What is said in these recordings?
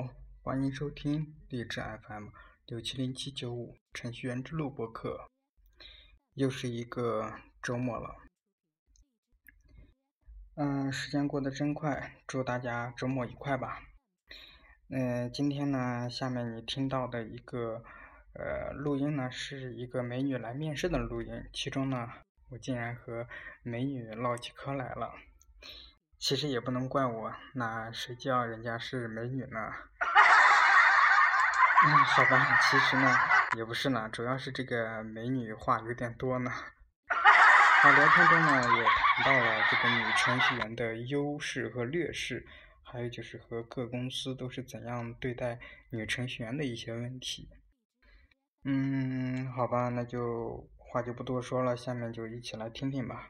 迎收听励志 FM 六七零七九五程序员之路播客。又是一个周末了，嗯，时间过得真快，祝大家周末愉快吧。嗯、今天呢，下面你听到的一个呃录音呢，是一个美女来面试的录音，其中呢，我竟然和美女唠起嗑来了。其实也不能怪我，那谁叫人家是美女呢？ 嗯，好吧，其实呢也不是呢，主要是这个美女话有点多呢。啊，聊天中呢也谈到了这个女程序员的优势和劣势，还有就是和各公司都是怎样对待女程序员的一些问题。嗯，好吧，那就话就不多说了，下面就一起来听听吧。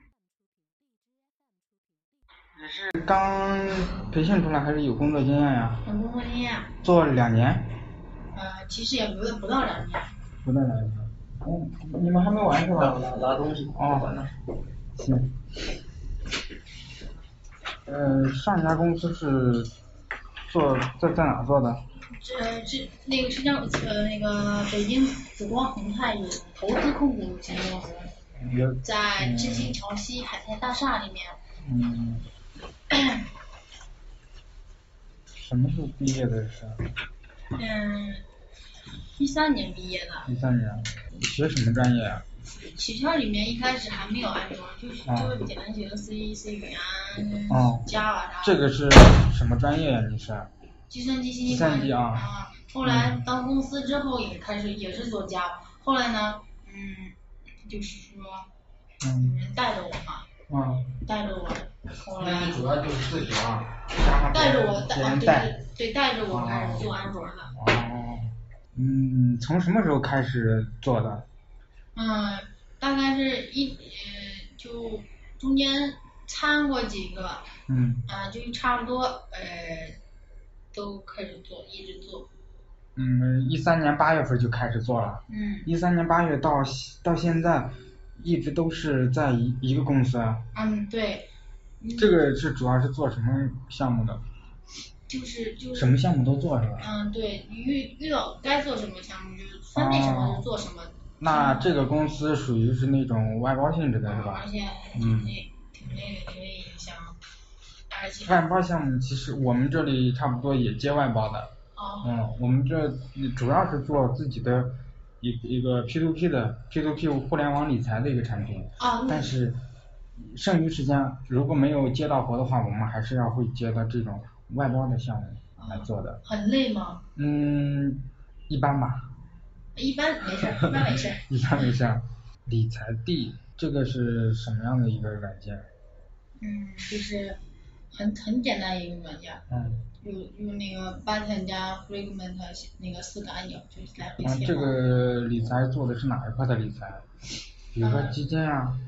你是刚培训出来还是有工作经验呀？我工作经验，做了两年。呃，其实也不不到两年。不在哪里？嗯，你们还没完是吧？拿拿东西。哦，行。呃，上一家公司是做在在哪做的？这这那个是叫呃那个北京紫光宏泰有投资控股有限公司，也在知青桥西海天大厦里面，嗯，什么时候毕业的是？嗯，一三年毕业的。一三年。学什么专业啊？学校里面一开始还没有安装，就是啊就是简单学个 C C 语言、哦 Java 啥的。这个是什么专业呀、你是？计算机信息计算管理机啊后来到公司之后也开始也是做 Java，后来呢，嗯，就是说有嗯。人带着我嘛，啊。带着我，后来主要就是自学啊，加上带着我带别啊人对带对对带着我开始做安卓的，哦。嗯，从什么时候开始做的？嗯，大概是一呃就中间参过几个，啊、嗯就差不多呃都开始做，一直做，嗯，一三年八月份就开始做了。嗯一三年八月到西到现在，一直都是在一一个公司。啊嗯对，嗯这个是主要是做什么项目的？就是就是什么啊项目都做是吧？嗯，对，你遇遇到该做什么项目就是分配什么就做什么，那这个公司属于是那种外包性质的是嗯，吧而？且挺累，挺累的，挺累啊影响，而且外包项目其实我们这里差不多也接外包的，哦，嗯，我们这主要是做自己的一一个 P to P 的 P to P 互联网理财的一个产品，啊，那但是剩余时间如果没有接到活的话，我们还是要会接到这种外包的项目来做的，很累吗？嗯，一般吧，一般没 事儿，一般没事儿。一般没事儿。理财地这个是什么样的一个软件？嗯，就是很很简单一个软件儿，嗯，用用那个 button 加 fragment 那个四个按钮就是来回那切啊这换。个理财做的是哪一块的理财？比如说基金啊，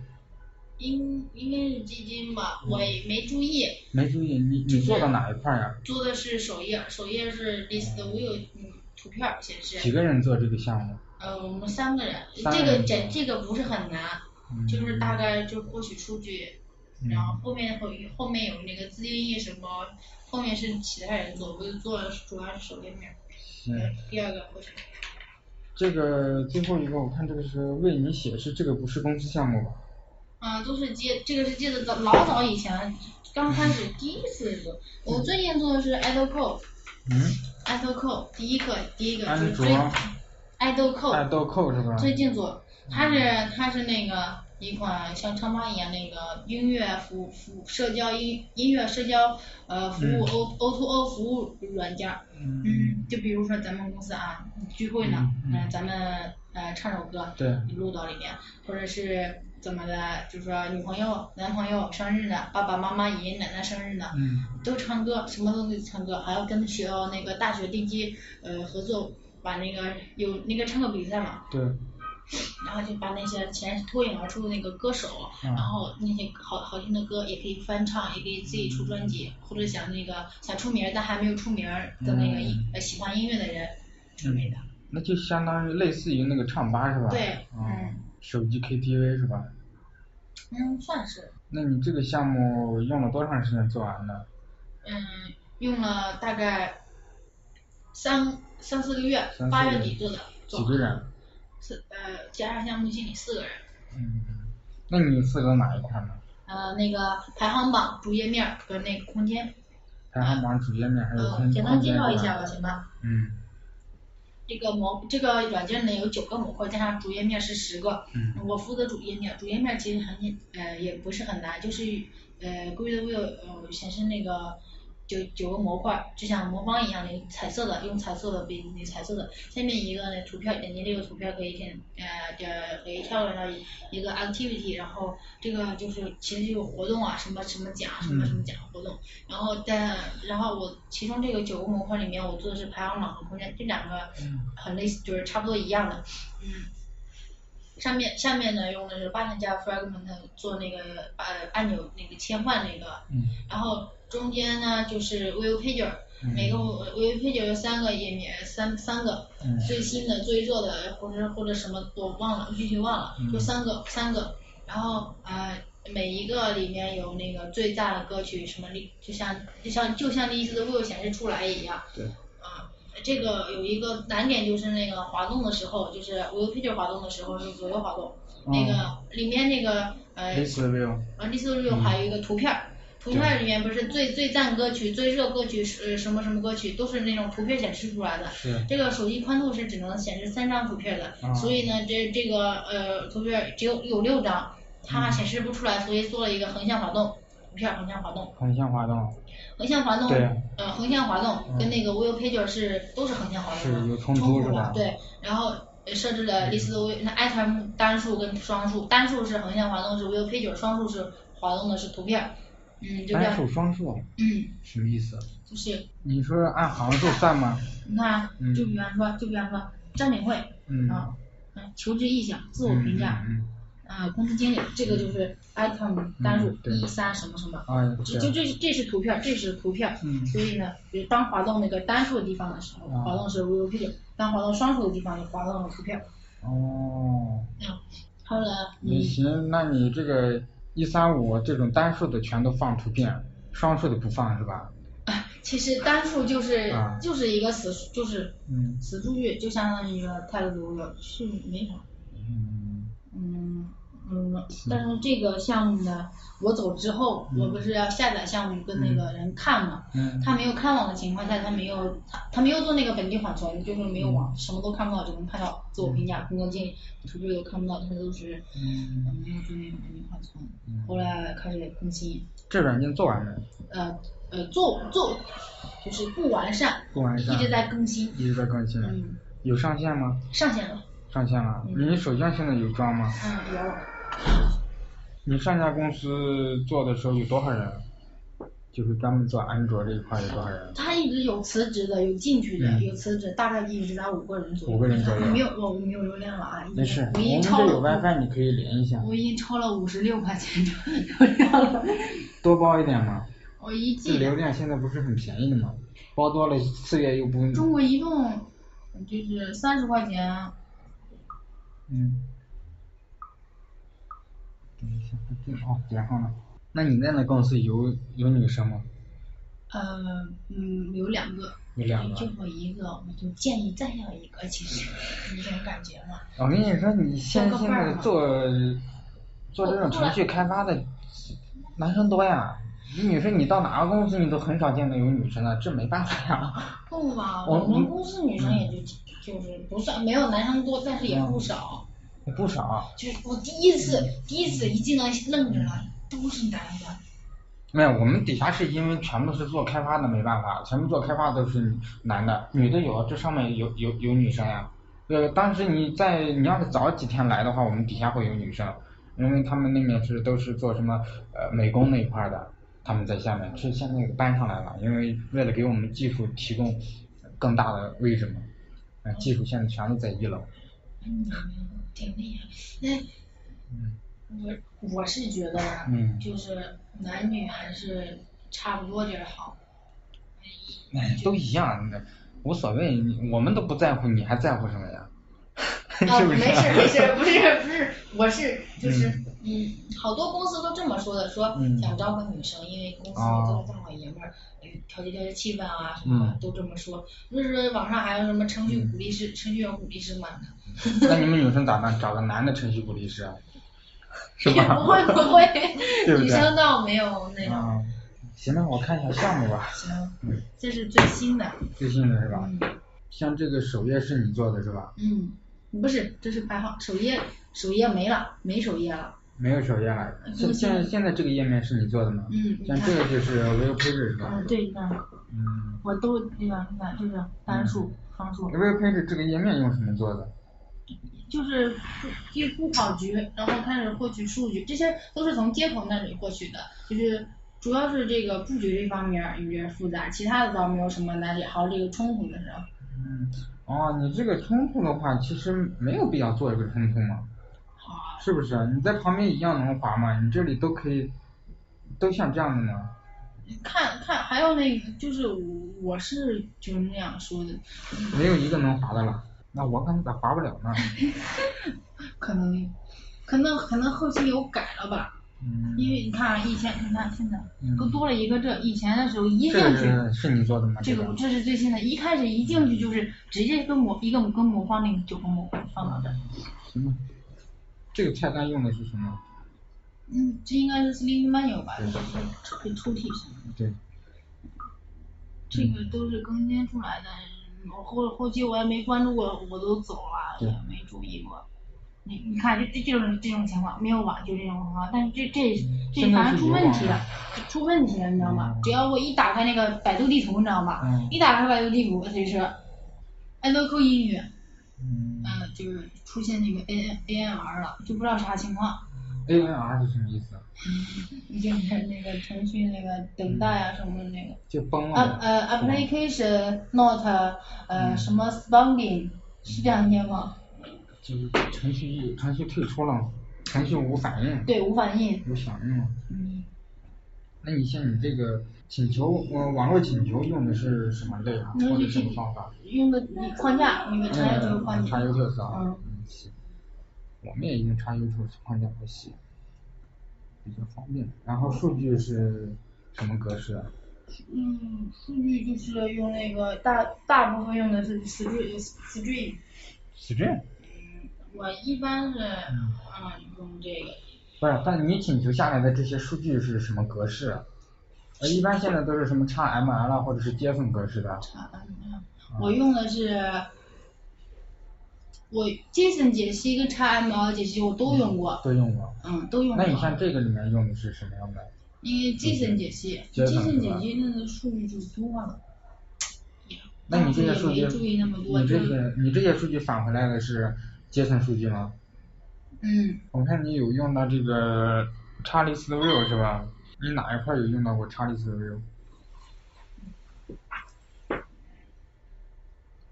应应该是基金吧，嗯我也没注意。没注意，你你做的哪一块啊呀、做的是首页，首页是 list view 嗯图片儿显几示。个人做这个项目？呃，我们三个人，三个这个人这这个不是很难，嗯就是大概就获取数据，嗯然后后面会后面有那个自定义什么，后面是其他人做，我就做的主要是首页面儿。嗯，第二个过程。这个最后一个，我看这个是为你写诗，这个不是公司项目吧？啊，都是接这个是接的早老早以前，刚开始第一次做。我最近做的是爱豆扣，嗯，爱豆扣第一个第一个就安是卓最爱豆扣爱豆蔻是吧？最近做，它是它是那个一款像唱吧一样那个音乐服务服务社交音音乐社交呃服务 O O to O 服务软件儿。嗯嗯，，就比如说咱们公司啊聚会呢，嗯嗯呃咱们呃唱首歌，对，你录到里面，或者是怎么的，就是说女朋友、男朋友生日的，爸爸妈妈、爷爷奶奶生日的，嗯，都唱歌，什么都得唱歌，还要跟学校那个大学地基呃合作，把那个有那个唱歌比赛嘛，对，然后就把那些前脱颖而出的那个歌手，嗯然后那些好好听的歌也可以翻唱，也可以自己出专辑，或者想那个想出名儿但还没有出名儿的那个音、呃喜欢音乐的人之类的。那就相当于类似于那个唱吧是吧？对嗯嗯，手机 KTV 是吧？嗯，算是。那你这个项目用了多长时间做完呢？嗯，用了大概三三四个月三，四八个月月底做的，做几个人？四呃加上项目经理四个人，嗯，那你负责哪一块呢？呃那个排行榜主页面儿跟那个空间，排行榜主页面还有嗯，空简单空介间绍一是下吧，吧行吧？嗯这个模这个软件呢有九个模块，加上主页面是十个，嗯我负责主页面，主页面其实很简呃也不是很难，就是呃 GridWheel 呃显示那个九九个模块，就像魔方一样的彩色的，用彩色的比那彩色的下面一个呢图片，点击这个图片可以点呃点可以跳转到一个 activity，然后这个就是其实就是活动啊，什么什么奖，什么什么奖活动，然后但然后我其中这个九个模块里面，我做的是排行榜和空间这两个很类似，就是差不多一样的，嗯。上面下面呢用的是八千加 fragment 做那个呃按钮那个切换那个，嗯然后中间呢就是 view pager，、嗯每个 view pager 有三个页面，三三个、嗯最新的最热的或者或者什么我忘了具体忘了，嗯就三个三个，然后呃每一个里面有那个最大的歌曲什么历就像就像就像历史的 view 显示出来一样，对啊，这个有一个难点就是那个滑动的时候，就是 w i l p i c t u r 滑动的时候是左右滑动，那个里面那个呃， ，list view，完第四 view 还有一个图片儿，图片儿里面不是最最赞歌曲、最热歌曲是呃什么什么歌曲，都是那种图片显示出来的。是这个手机宽度是只能显示三张图片的，啊所以呢，这这个呃图片只有有六张，它显示不出来，所以做了一个横向滑动，图片横向滑动。横向滑动，横向滑动对，啊嗯呃，横向滑动跟那个 Wheel Pager 是都是横向滑动的，是有冲冲突是的吧对，然后呃设置了 list wheel，那 item 单数跟双数，单数是横向滑动是 Wheel Pager，双数是滑动的是图片儿，嗯，就这单样数，双数嗯，什么意思？就是你说是按行数算吗？你看啊，嗯就比方说，就比方说张敏慧，嗯啊，嗯求职意向、自我评价，嗯嗯啊，公司经理，这个就是 item 单数嗯对一三什么什么。嗯啊，这这对，这这是图片儿，这是图片儿，嗯所以呢，就是当滑动那个单数的地方的时候，啊滑动是 real picture；当滑动双数的地方，就滑动了图片儿。哦，嗯，后来也你行，那你这个一三五这种单数的全都放图片，双数的不放是吧？啊其实单数就是、啊就是一个死数就是嗯死数据，就相当于一个泰勒族的，是没啥。嗯嗯嗯，但是这个项目呢，我走之后，我不是要下载项目跟那个人看嘛，嗯他没有看网的情况下，他没有他他没有做那个本地缓存，就是没有嗯网，什么都看不到，只能看到自我评价、工作经历、图片都看不到，他都是嗯，没有做那个本地缓存。嗯后来开始更新，这软件做完没？呃呃，做做就是不完善，不完善啊一直在更新，一直在更新，嗯，有上线吗？上线了，上线了。嗯你手机上现在有装吗？嗯，有你上家公司做的时候有多少人？就是专门做安卓这一块有多少人？他一直有辞职的，有进去的，嗯有辞职，大概一直在五个人左右。五个人左右没有，我我没有流量了啊，已经没事，我我已们经这超有了， WiFi，你可以连一下，我已经超了五十六块钱的流量了。多包一点嘛。我一这进流量现在不是很便宜的嘛，包多了次月又不。中国移动，就是三十块钱，嗯。等一下，它这哦连上了。那你在那公司有有女生吗？呃嗯，有两个，有两个就我一个，我就建议再要一个，其实有点感觉嘛。我跟你说，你现做个现伴儿在嘛做做这种程序开发的男生多呀。你女生，你到哪个公司你都很少见到有女生的，这没办法呀。 不吧，我我们公司女生也嗯就就是不算没有男生多，但是也不少。也不少。就是我第一次，第一次一进来愣着了，都是男的。哎没有，我们底下是因为全部是做开发的，没办法，全部做开发都是男的，女的有，这上面有有有女生呀。呃，当时你在你要是早几天来的话，我们底下会有女生，因为他们那面是都是做什么呃美工那一块儿的，他们在下面是现在给搬上来了，因为为了给我们技术提供更大的位置嘛，呃，技术现在全都在一楼。嗯，挺厉害。那嗯我我是觉得，嗯就是男女还是差不多点儿好。哎，都一样，那无所谓，你我们都不在乎，你还在乎什么呀？ 啊，是不没是？事没事，不是不是，我是就是嗯嗯，好多公司都这么说的，说嗯想招个女生，因为公司啊都是大老爷们儿，呃调节调节气氛啊什么的，嗯都这么说。就是网上还有什么程序鼓励师、程序员鼓励师 嘛，那你们女生咋办？找个男的程序鼓励 师啊，是吧？不会不会， 对不对女生倒没有那种。啊，行吧，我看一下项目吧，行嗯，这是最新的。最新的是吧？嗯像这个首页是你做的是吧？嗯，不是，这是排行首页，首页没了，没首页了。没有首页了，现嗯现在现在这个页面是你做的吗？嗯，你像这个看，就是 web page 是吧嗯，？对，你看，嗯我都那个，你看，就是单数、双数， ，web page 这个页面用什么做的？就是去布考局，然后开始获取数据，这些都是从街头那里获取的，就是。主要是这个布局这方面有点复杂，其他的倒没有什么难解，还有这个冲突的时候，嗯，哦，你这个冲突的话，其实没有必要做这个冲突嘛，啊，是不是？你在旁边一样能滑嘛，你这里都可以，都像这样的呢。看看还有那个就是我我是就是那样说的，没有一个能滑的了。那我可能咋滑不了呢？可能可能可能后期有改了吧，嗯，因为你看啊以前你看现在嗯都多了一个这。以前的时候一这进个去，是是你做的吗？这个个这是最新的，一开始一进去就是直接跟魔一个跟魔方那个九个魔放到这儿。什么？这个菜单用的是什么？嗯，这应该是 Sleep Menu 吧，对就是抽屉什么的，对，这嗯个都是更新出来的，我后后期我也没关注过，我都走了，对也没注意过。你你看这这这种这种情况，没有网就这种情况，但是这这这现在反正嗯是出有问网题了了，出问题了，你知道吗？只要我一打开那个百度地图，你知道吗？嗯一打开百度地图，它就是 i l o q 英语，嗯啊嗯、就是出现那个 A N A N R 了，就不知道啥情况， ，A N R 是什么意思啊？就是那个程序那个等待啊什么的那个。就崩啊了。呃，application not 呃什么 spawning 是这样念吗？就是程序程序退出了，程序无反应，对，无反应。无响应了。嗯，那你像你这个请求，呃，网络请求用的是什么类啊，那就或者是什么方法？用的你框架，那个插件嗯就是框架叉。U 特色啊，嗯嗯，行，我们也用叉 U 特色框架来写，比较方便。然后数据是什么格式啊？嗯，数据就是用那个大大部分用的是 stream stream， string。我一般是啊用这个。不是，但你请求下来的这些数据是什么格式啊？呃，一般现在都是什么 XML 啊或者是 JSON 格式的。啊查看一下啊嗯我用的是，我 JSON 解析跟 XML 解析我都用过，都用过。嗯，都用那过。你像这个里面用的是什么样的？因为 JSON 解析 JSON ，JSON 是解吧析那个数据就多了，那你这些数据，当时也没注意那么多你这就些你这些数据返回来的是 JSON 数据吗？嗯，我看你有用到这个 Charlie's View 是吧？你哪一块有用到过 Charlie's View？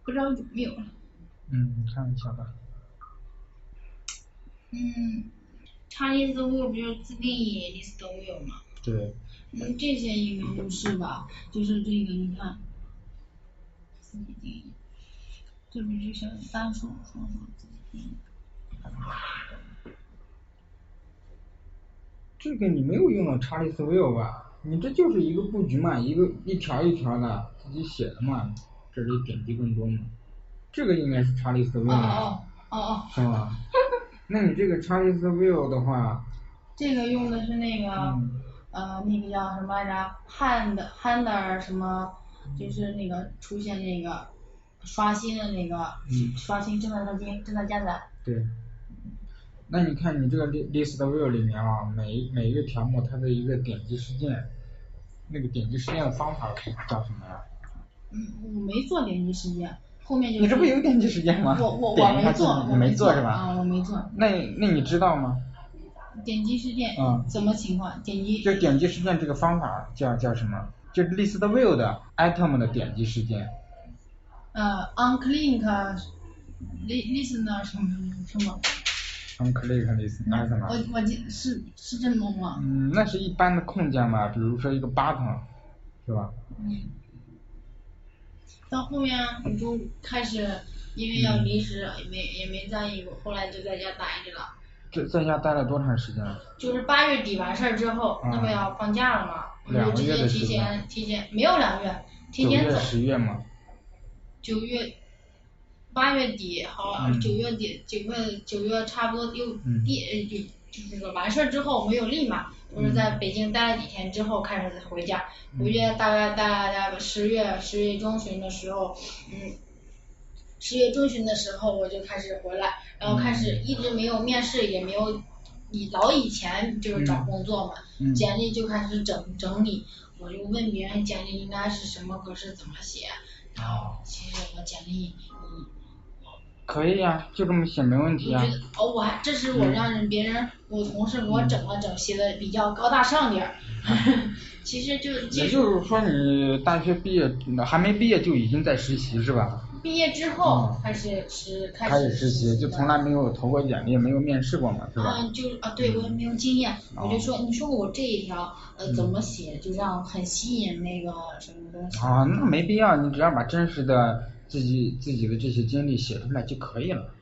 不知道有没有，嗯，你看一下吧。嗯，Chinese Wheel 不就是自定义 list wheel 吗？对，嗯，这些应该都是吧，就是这个你看，自己定义，这不是小单数双数自己定义，这个你没有用到 Charlie's View 吧？你这就是一个布局嘛，一个一条一条的自己写的嘛，这里点击更多嘛。这个应该是 Charlie's View 哦嘛，哦哦哦，是吧？ 那你这个 Charlie's View 的话，这个用的是那个。嗯，呃，那个叫什么来着？hand hand 儿什么，就是那个出现那个刷新的那个、嗯刷新正在更新正在加载。对。那你看你这个 li- list view 里面啊，每一每一个条目它的一个点击事件，那个点击事件的方法是叫什么呀？嗯，我没做点击时间，后面就是。你这不有点击时间吗？我我我点一下没做，进去我你没做做是吧？啊、我没做。那那你知道吗？点击事件、嗯什么情况？点击就点击事件这个方法叫叫什么？就 list view 的 item 的点击事件。呃，unclink listener 什么什么？ unclick list item 啊。我我记是是这么吗？嗯，那是一般的控件嘛，比如说一个 button，是吧？嗯，到后面你就嗯开始因为要离职，也没也没在意过，后来就在家待着了。在在家待了多长时间了？就是八月底完事儿之后，那不嗯要放假了嘛，我两就个直月接的时提前间提前没有两个月，提九前月、走十月嘛，九月八月底好嗯九月底九月九月差不多又嗯毕呃就就是说完事儿之后，我们又立马不是嗯在北京待了几天之后开始回家，回家大概大概大十月十月中旬的时候，嗯。十月中旬的时候我就开始回来，然后开始一直没有面试，也没有以老以前就是找嗯工作嘛，嗯简历就开始整整理，我就问别人简历应该是什么格式怎么写，然哦后其实我简历，嗯，可以呀、就这么写没问我题啊觉呀、得哦，我还这是嗯我让人别人我同事给我整了整，写的比较高大上点儿，嗯 其实就也技就术是说，你大学毕业还没毕业就已经在实习是吧？毕业之后嗯开始实开开始实实习就的从来没有投过简历，没有面试过嘛，是吧？哦嗯，就是啊，对我也没有经验，我就说，你说我这一条呃怎嗯么写，就让很吸引那个什么东西。啊，那没必要，你只要把真实的自己自己的这些经历写出来就可以了，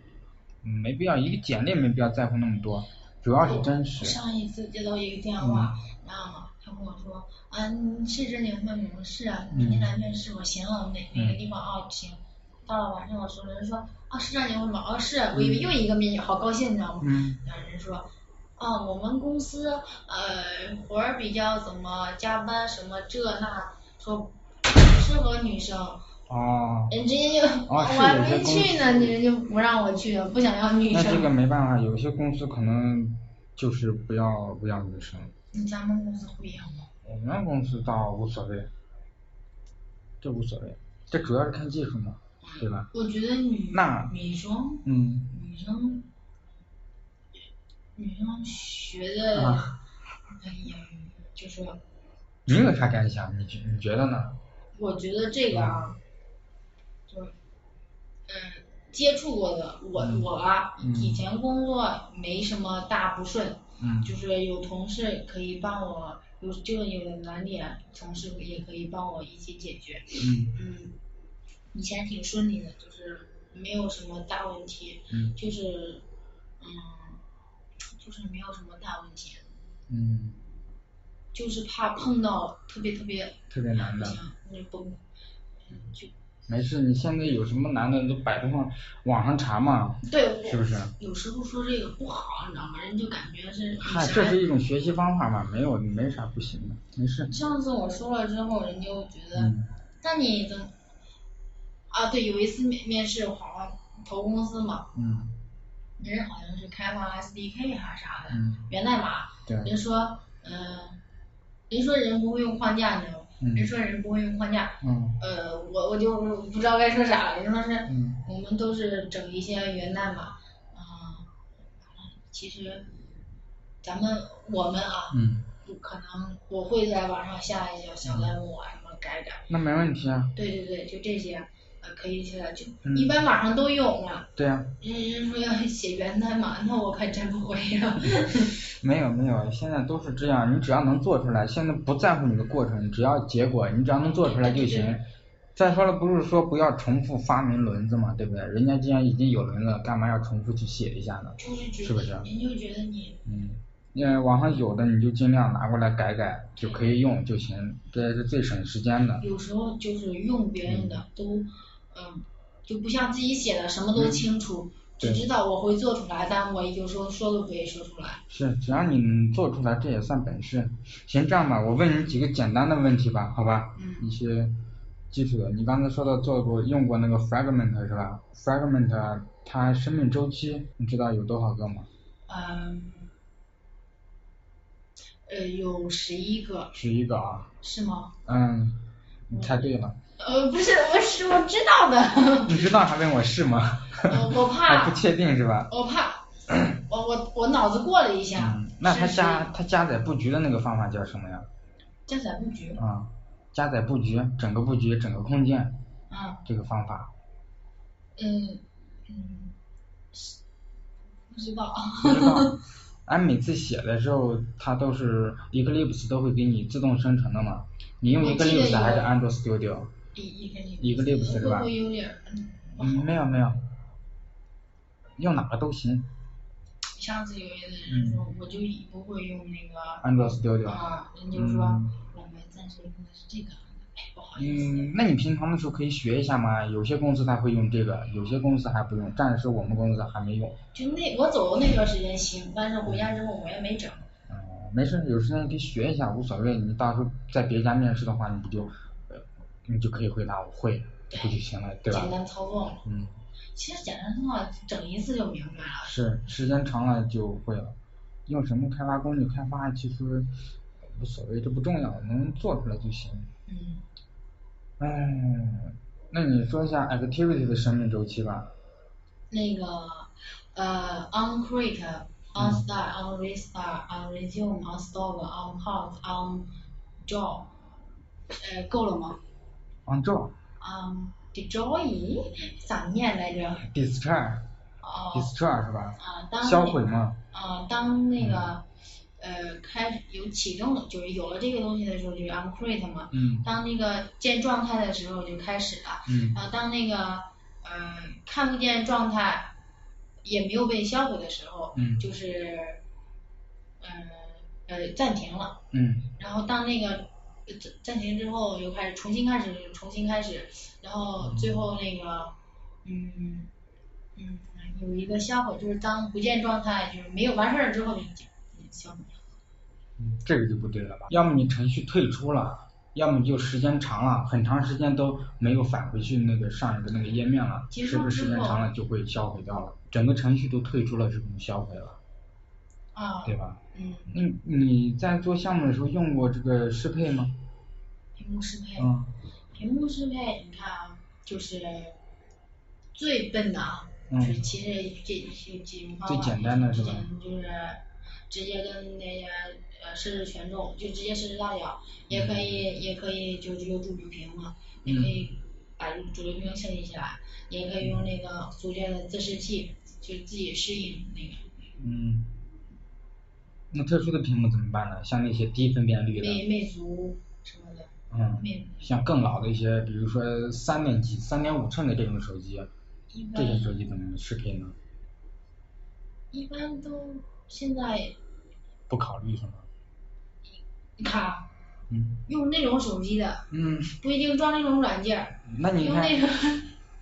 嗯，没必要一个简历没必要在乎那么多，主要是真我实。上一次接到一个电嗯话，然后他跟我说，啊，你是这领份吗？是啊，嗯明天来面试。我行了，哪哪个地方啊？行。到了晚上，我说，人说，啊，是这领份吗？哦，是啊，我以为又一个面试，好高兴，你知道吗？嗯然后人说，啊，我们公司呃活儿比较怎么加班什么这那，说不适合女生。哦，人直接就、我 是还有些没公去呢，你人就不让我去了，不想要女那这个生。没办法，有些公司可能就是不要不要女生，嗯咱们公司不一样吗？我们公司倒无所谓，这无所谓，这主要是看技术嘛，对吧？我觉得女那女生嗯，女生女生学的，啊哎呀，就是你有啥感想？你觉你觉得呢？我觉得这个嗯啊，就是嗯接触过的我、嗯我啊，嗯以前工作没什么大不顺，嗯就是有同事可以帮我，有就有的难点，同事也可以帮我一起解决。嗯嗯，以前挺顺利的，就是没有什么大问题，嗯就是嗯，就是没有什么大问题，嗯，就是怕碰到特别特别特别难的。行，那崩，嗯就没事，你现在有什么难的，你就百度上网上查嘛，对我是不是？有时候说这个不好，你知道吗？人就感觉是嗨，啥啊这是一种学习方法嘛，没有没啥不行的，没事。上次我说了之后，人就觉得，嗯那你怎么啊？对，有一次面面试，我好像投公司嘛，嗯人好像是开发 SDK 还是啊啥的，嗯，源代码。对，人说，嗯、人说人不会用框架，你知道吗？嗯人说人不会用框架，嗯呃，我我就不知道该说啥了。人说是，嗯我们都是整一些源代码，啊、其实咱们我们啊，嗯，不可能我会在网上下一些小弹幕啊什么改改，那没问题啊，对对对，就这些，呃，可以下来，就嗯一般网上都有嘛。对啊，人人说要写源代码，那我可真不会呀。嗯没有没有，现在都是这样，你只要能做出来，现在不在乎你的过程，只要结果，你只要能做出来就对对行。再说了，不是说不要重复发明轮子嘛，对不对？人家既然已经有轮子，干嘛要重复去写一下呢？ 就是觉得是不是啊人就觉得你嗯，呃，网上有的你就尽量拿过来改改，就可以用就行，这是最省时间的。有时候就是用别人的都，嗯，就不像自己写的什么都清楚，只嗯对知道我会做出来，但我有时候说都不会说出来。是，只要你做出来，这也算本事。行，这样吧，我问你几个简单的问题吧，好吧？嗯一些基础的，你刚才说到做过用过那个 fragment 是吧？fragment 它生命周期你知道有多少个吗？嗯，呃，有十一个十一个啊。是吗？嗯，你猜对了。呃，不是，我是我知道的，你知道还问我是吗？呃我还怕啊不，确定是吧？我怕，我我我脑子过了一下嗯，，那它是加它加载布局的那个方法叫什么呀？加载布局，啊，加载布局，整个布局，整个空间啊，这个方法，嗯嗯，不知道，不知 道。俺每次写的时候，它都是 Eclipse 都会给你自动生成的嘛。你用我记得 Eclipse 有还是 Android Studio？一一个一个猎捕是吧会不会有点儿嗯不好嗯，没有没有，用哪个都行。像之类的时候，我就不会用那个嗯安卓 Studio。啊，人家就说我们暂时用的是这个，哎，不好意思，嗯，那你平常的时候可以学一下嘛？有些公司它会用这个，有些公司还不用，暂时我们公司还没用。就那我走那段时间行，但是回家之后我也没整。嗯，没事，有时间可以学一下，无所谓。你到时候在别家面试的话，你不就，呃，你就可以回答我会，不就行了，对吧简？单操作嘛。嗯，其实简单操作整一次就明白了。是，时间长了就会了。用什么开发工具开发，其实无所谓，这不重要，能做出来就行。嗯，哎，那你说一下 Activity 的生命周期吧。那个呃，on create、on 嗯 start、on restart、on resume、on stop、on pause、on draw，呃，够了吗按照？on destroy 咋念来着？ Destroy，Destroy 哦，是吧？啊，当销那毁嗯嘛。啊，当那个呃开始有启动了，就是有了这个东西的时候，就是 on create 嘛。嗯当那个见状态的时候就开始了。嗯啊，当那个呃看不见状态也没有被销毁的时候，嗯就是嗯呃暂停了，嗯然后当那个呃暂暂停之后又开始重新开始，重新开始，然后最后那个嗯嗯有一个销毁，就是当不见状态就是没有完事儿之后就就销毁了。嗯，这个就不对了吧？要么你程序退出了，要么就时间长了，很长时间都没有返回去那个上一个那个页面了，结是束不是时之间后长了就会销毁掉了？整个程序都退出了，是不是销毁了？啊，对吧？嗯，那你在做项目的时候用过这个适配吗？屏幕适配，嗯屏幕适配，你看啊，就是最笨的啊，嗯就是其实这有几种方法，最简单的是吧嗯就是直接跟那个呃设置权重，就直接设置大小，也可嗯以也可以就只有主流屏嘛，也可以把主流屏设计起来，也可以用那个组件的自适器，就自己适应那个。嗯。那特殊的屏幕怎么办呢？像那些低分辨率魅的，魅族什么的，嗯，魅像更老的一些，比如说三点几、三点五寸的这种手机，一这般些手机怎么适配呢？一般都现在不考虑是吗？你看啊，嗯用那种手机的嗯，不一定装那种软件儿，那你用看，那个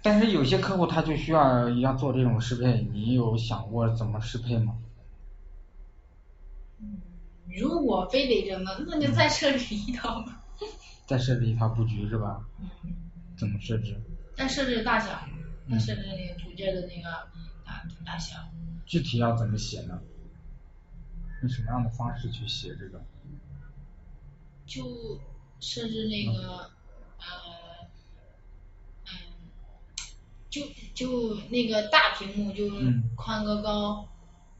但是有些客户他就需要要做这种适配，你有想过怎么适配吗？如果非得这么，那就再设置一套嗯吧。再设置一套布局是吧？怎么设置？再设置大小，再嗯设置那个组件的那个大大小。具体要怎么写呢？用什么样的方式去写这个？就设置那个，呃，嗯，就就那个大屏幕就嗯宽个高，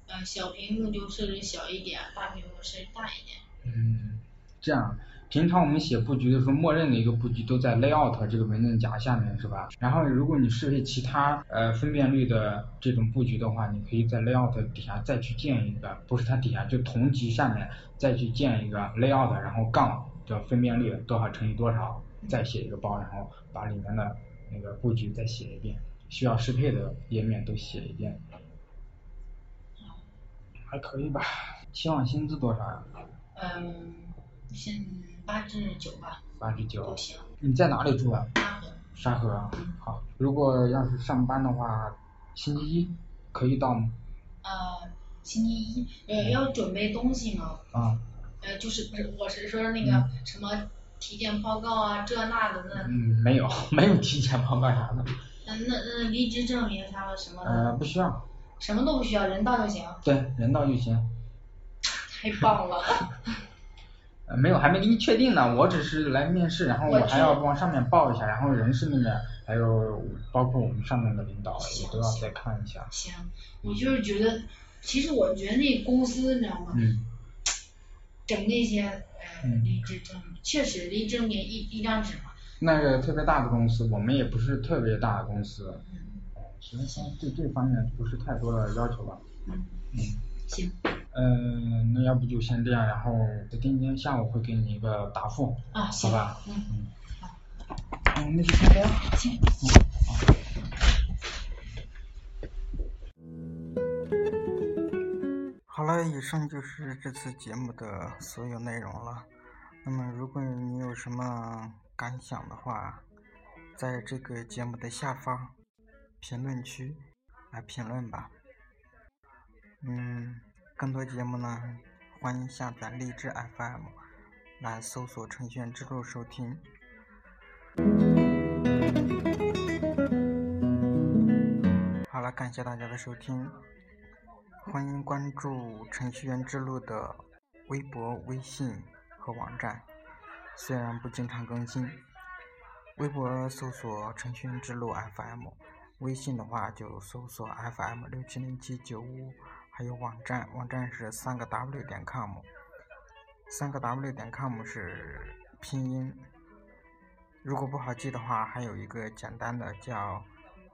呃，小屏幕就设置小一点，大屏幕设置大一点。嗯，这样，平常我们写布局的时候，默认的一个布局都在 layout 这个文件夹下面，是吧？然后如果你适配其他呃分辨率的这种布局的话，你可以在 layout 底下再去建一个，不是它底下就同级下面再去建一个 layout，然后杠的分辨率多少乘以多少，再写一个包，然后把里面的那个布局再写一遍，需要适配的页面都写一遍，还可以吧？期望薪资多少呀、嗯，现八至九吧八十九都。行，你在哪里住啊？八分。沙河啊。嗯好，如果要是上班的话，星期一可以到吗？呃，星期一嗯呃要准备东西嘛，啊，呃，就是不是我是说那个什么体检报告啊，这那的那，嗯，没有， 没有体检报告啥的。那那那离职证明啥的什么呃，的，不需要，什么都不需要，人到就行，对，人到就行。太棒了。 呃，没有，还没给你确定呢。我只是来面试，然后我我还知要往上面报一下，然后人事那边还有包括我们上面的领导也行都要行再看一下。行，我就是觉得，其实我觉得那公司你知道吗，嗯整那些呃嗯离职证明，确实离职证明一一张纸嘛，那个特别大的公司，我们也不是特别大的公司，嗯，所以说对这方面不是太多的要求吧。嗯，嗯。行，嗯，那要不就先这样，然后我今天下午会给你一个答复，啊好行，吧？嗯。嗯，那就先这样。嗯的，以上就是这次节目的所有内容了。那么，如果你有什么感想的话，在这个节目的下方评论区来评论吧。嗯，更多节目呢，欢迎下载荔枝 FM 来搜索“陈轩之路”收听。好了，感谢大家的收听，欢迎关注“程序员之路”的微博、微信和网站，虽然不经常更新。微博搜索“程序员之路 FM”，微信的话就搜索 FM 六七零七九五，还有网站，网站是三个 W 点 com，三个 W 点 com 是拼音。如果不好记的话，还有一个简单的叫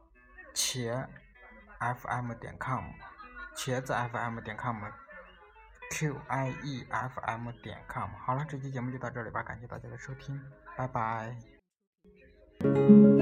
“茄 FM 点 com”，茄子 FM 点 com，Q I E F M 点 com。好了，这期节目就到这里吧，感谢大家的收听，拜拜。thank you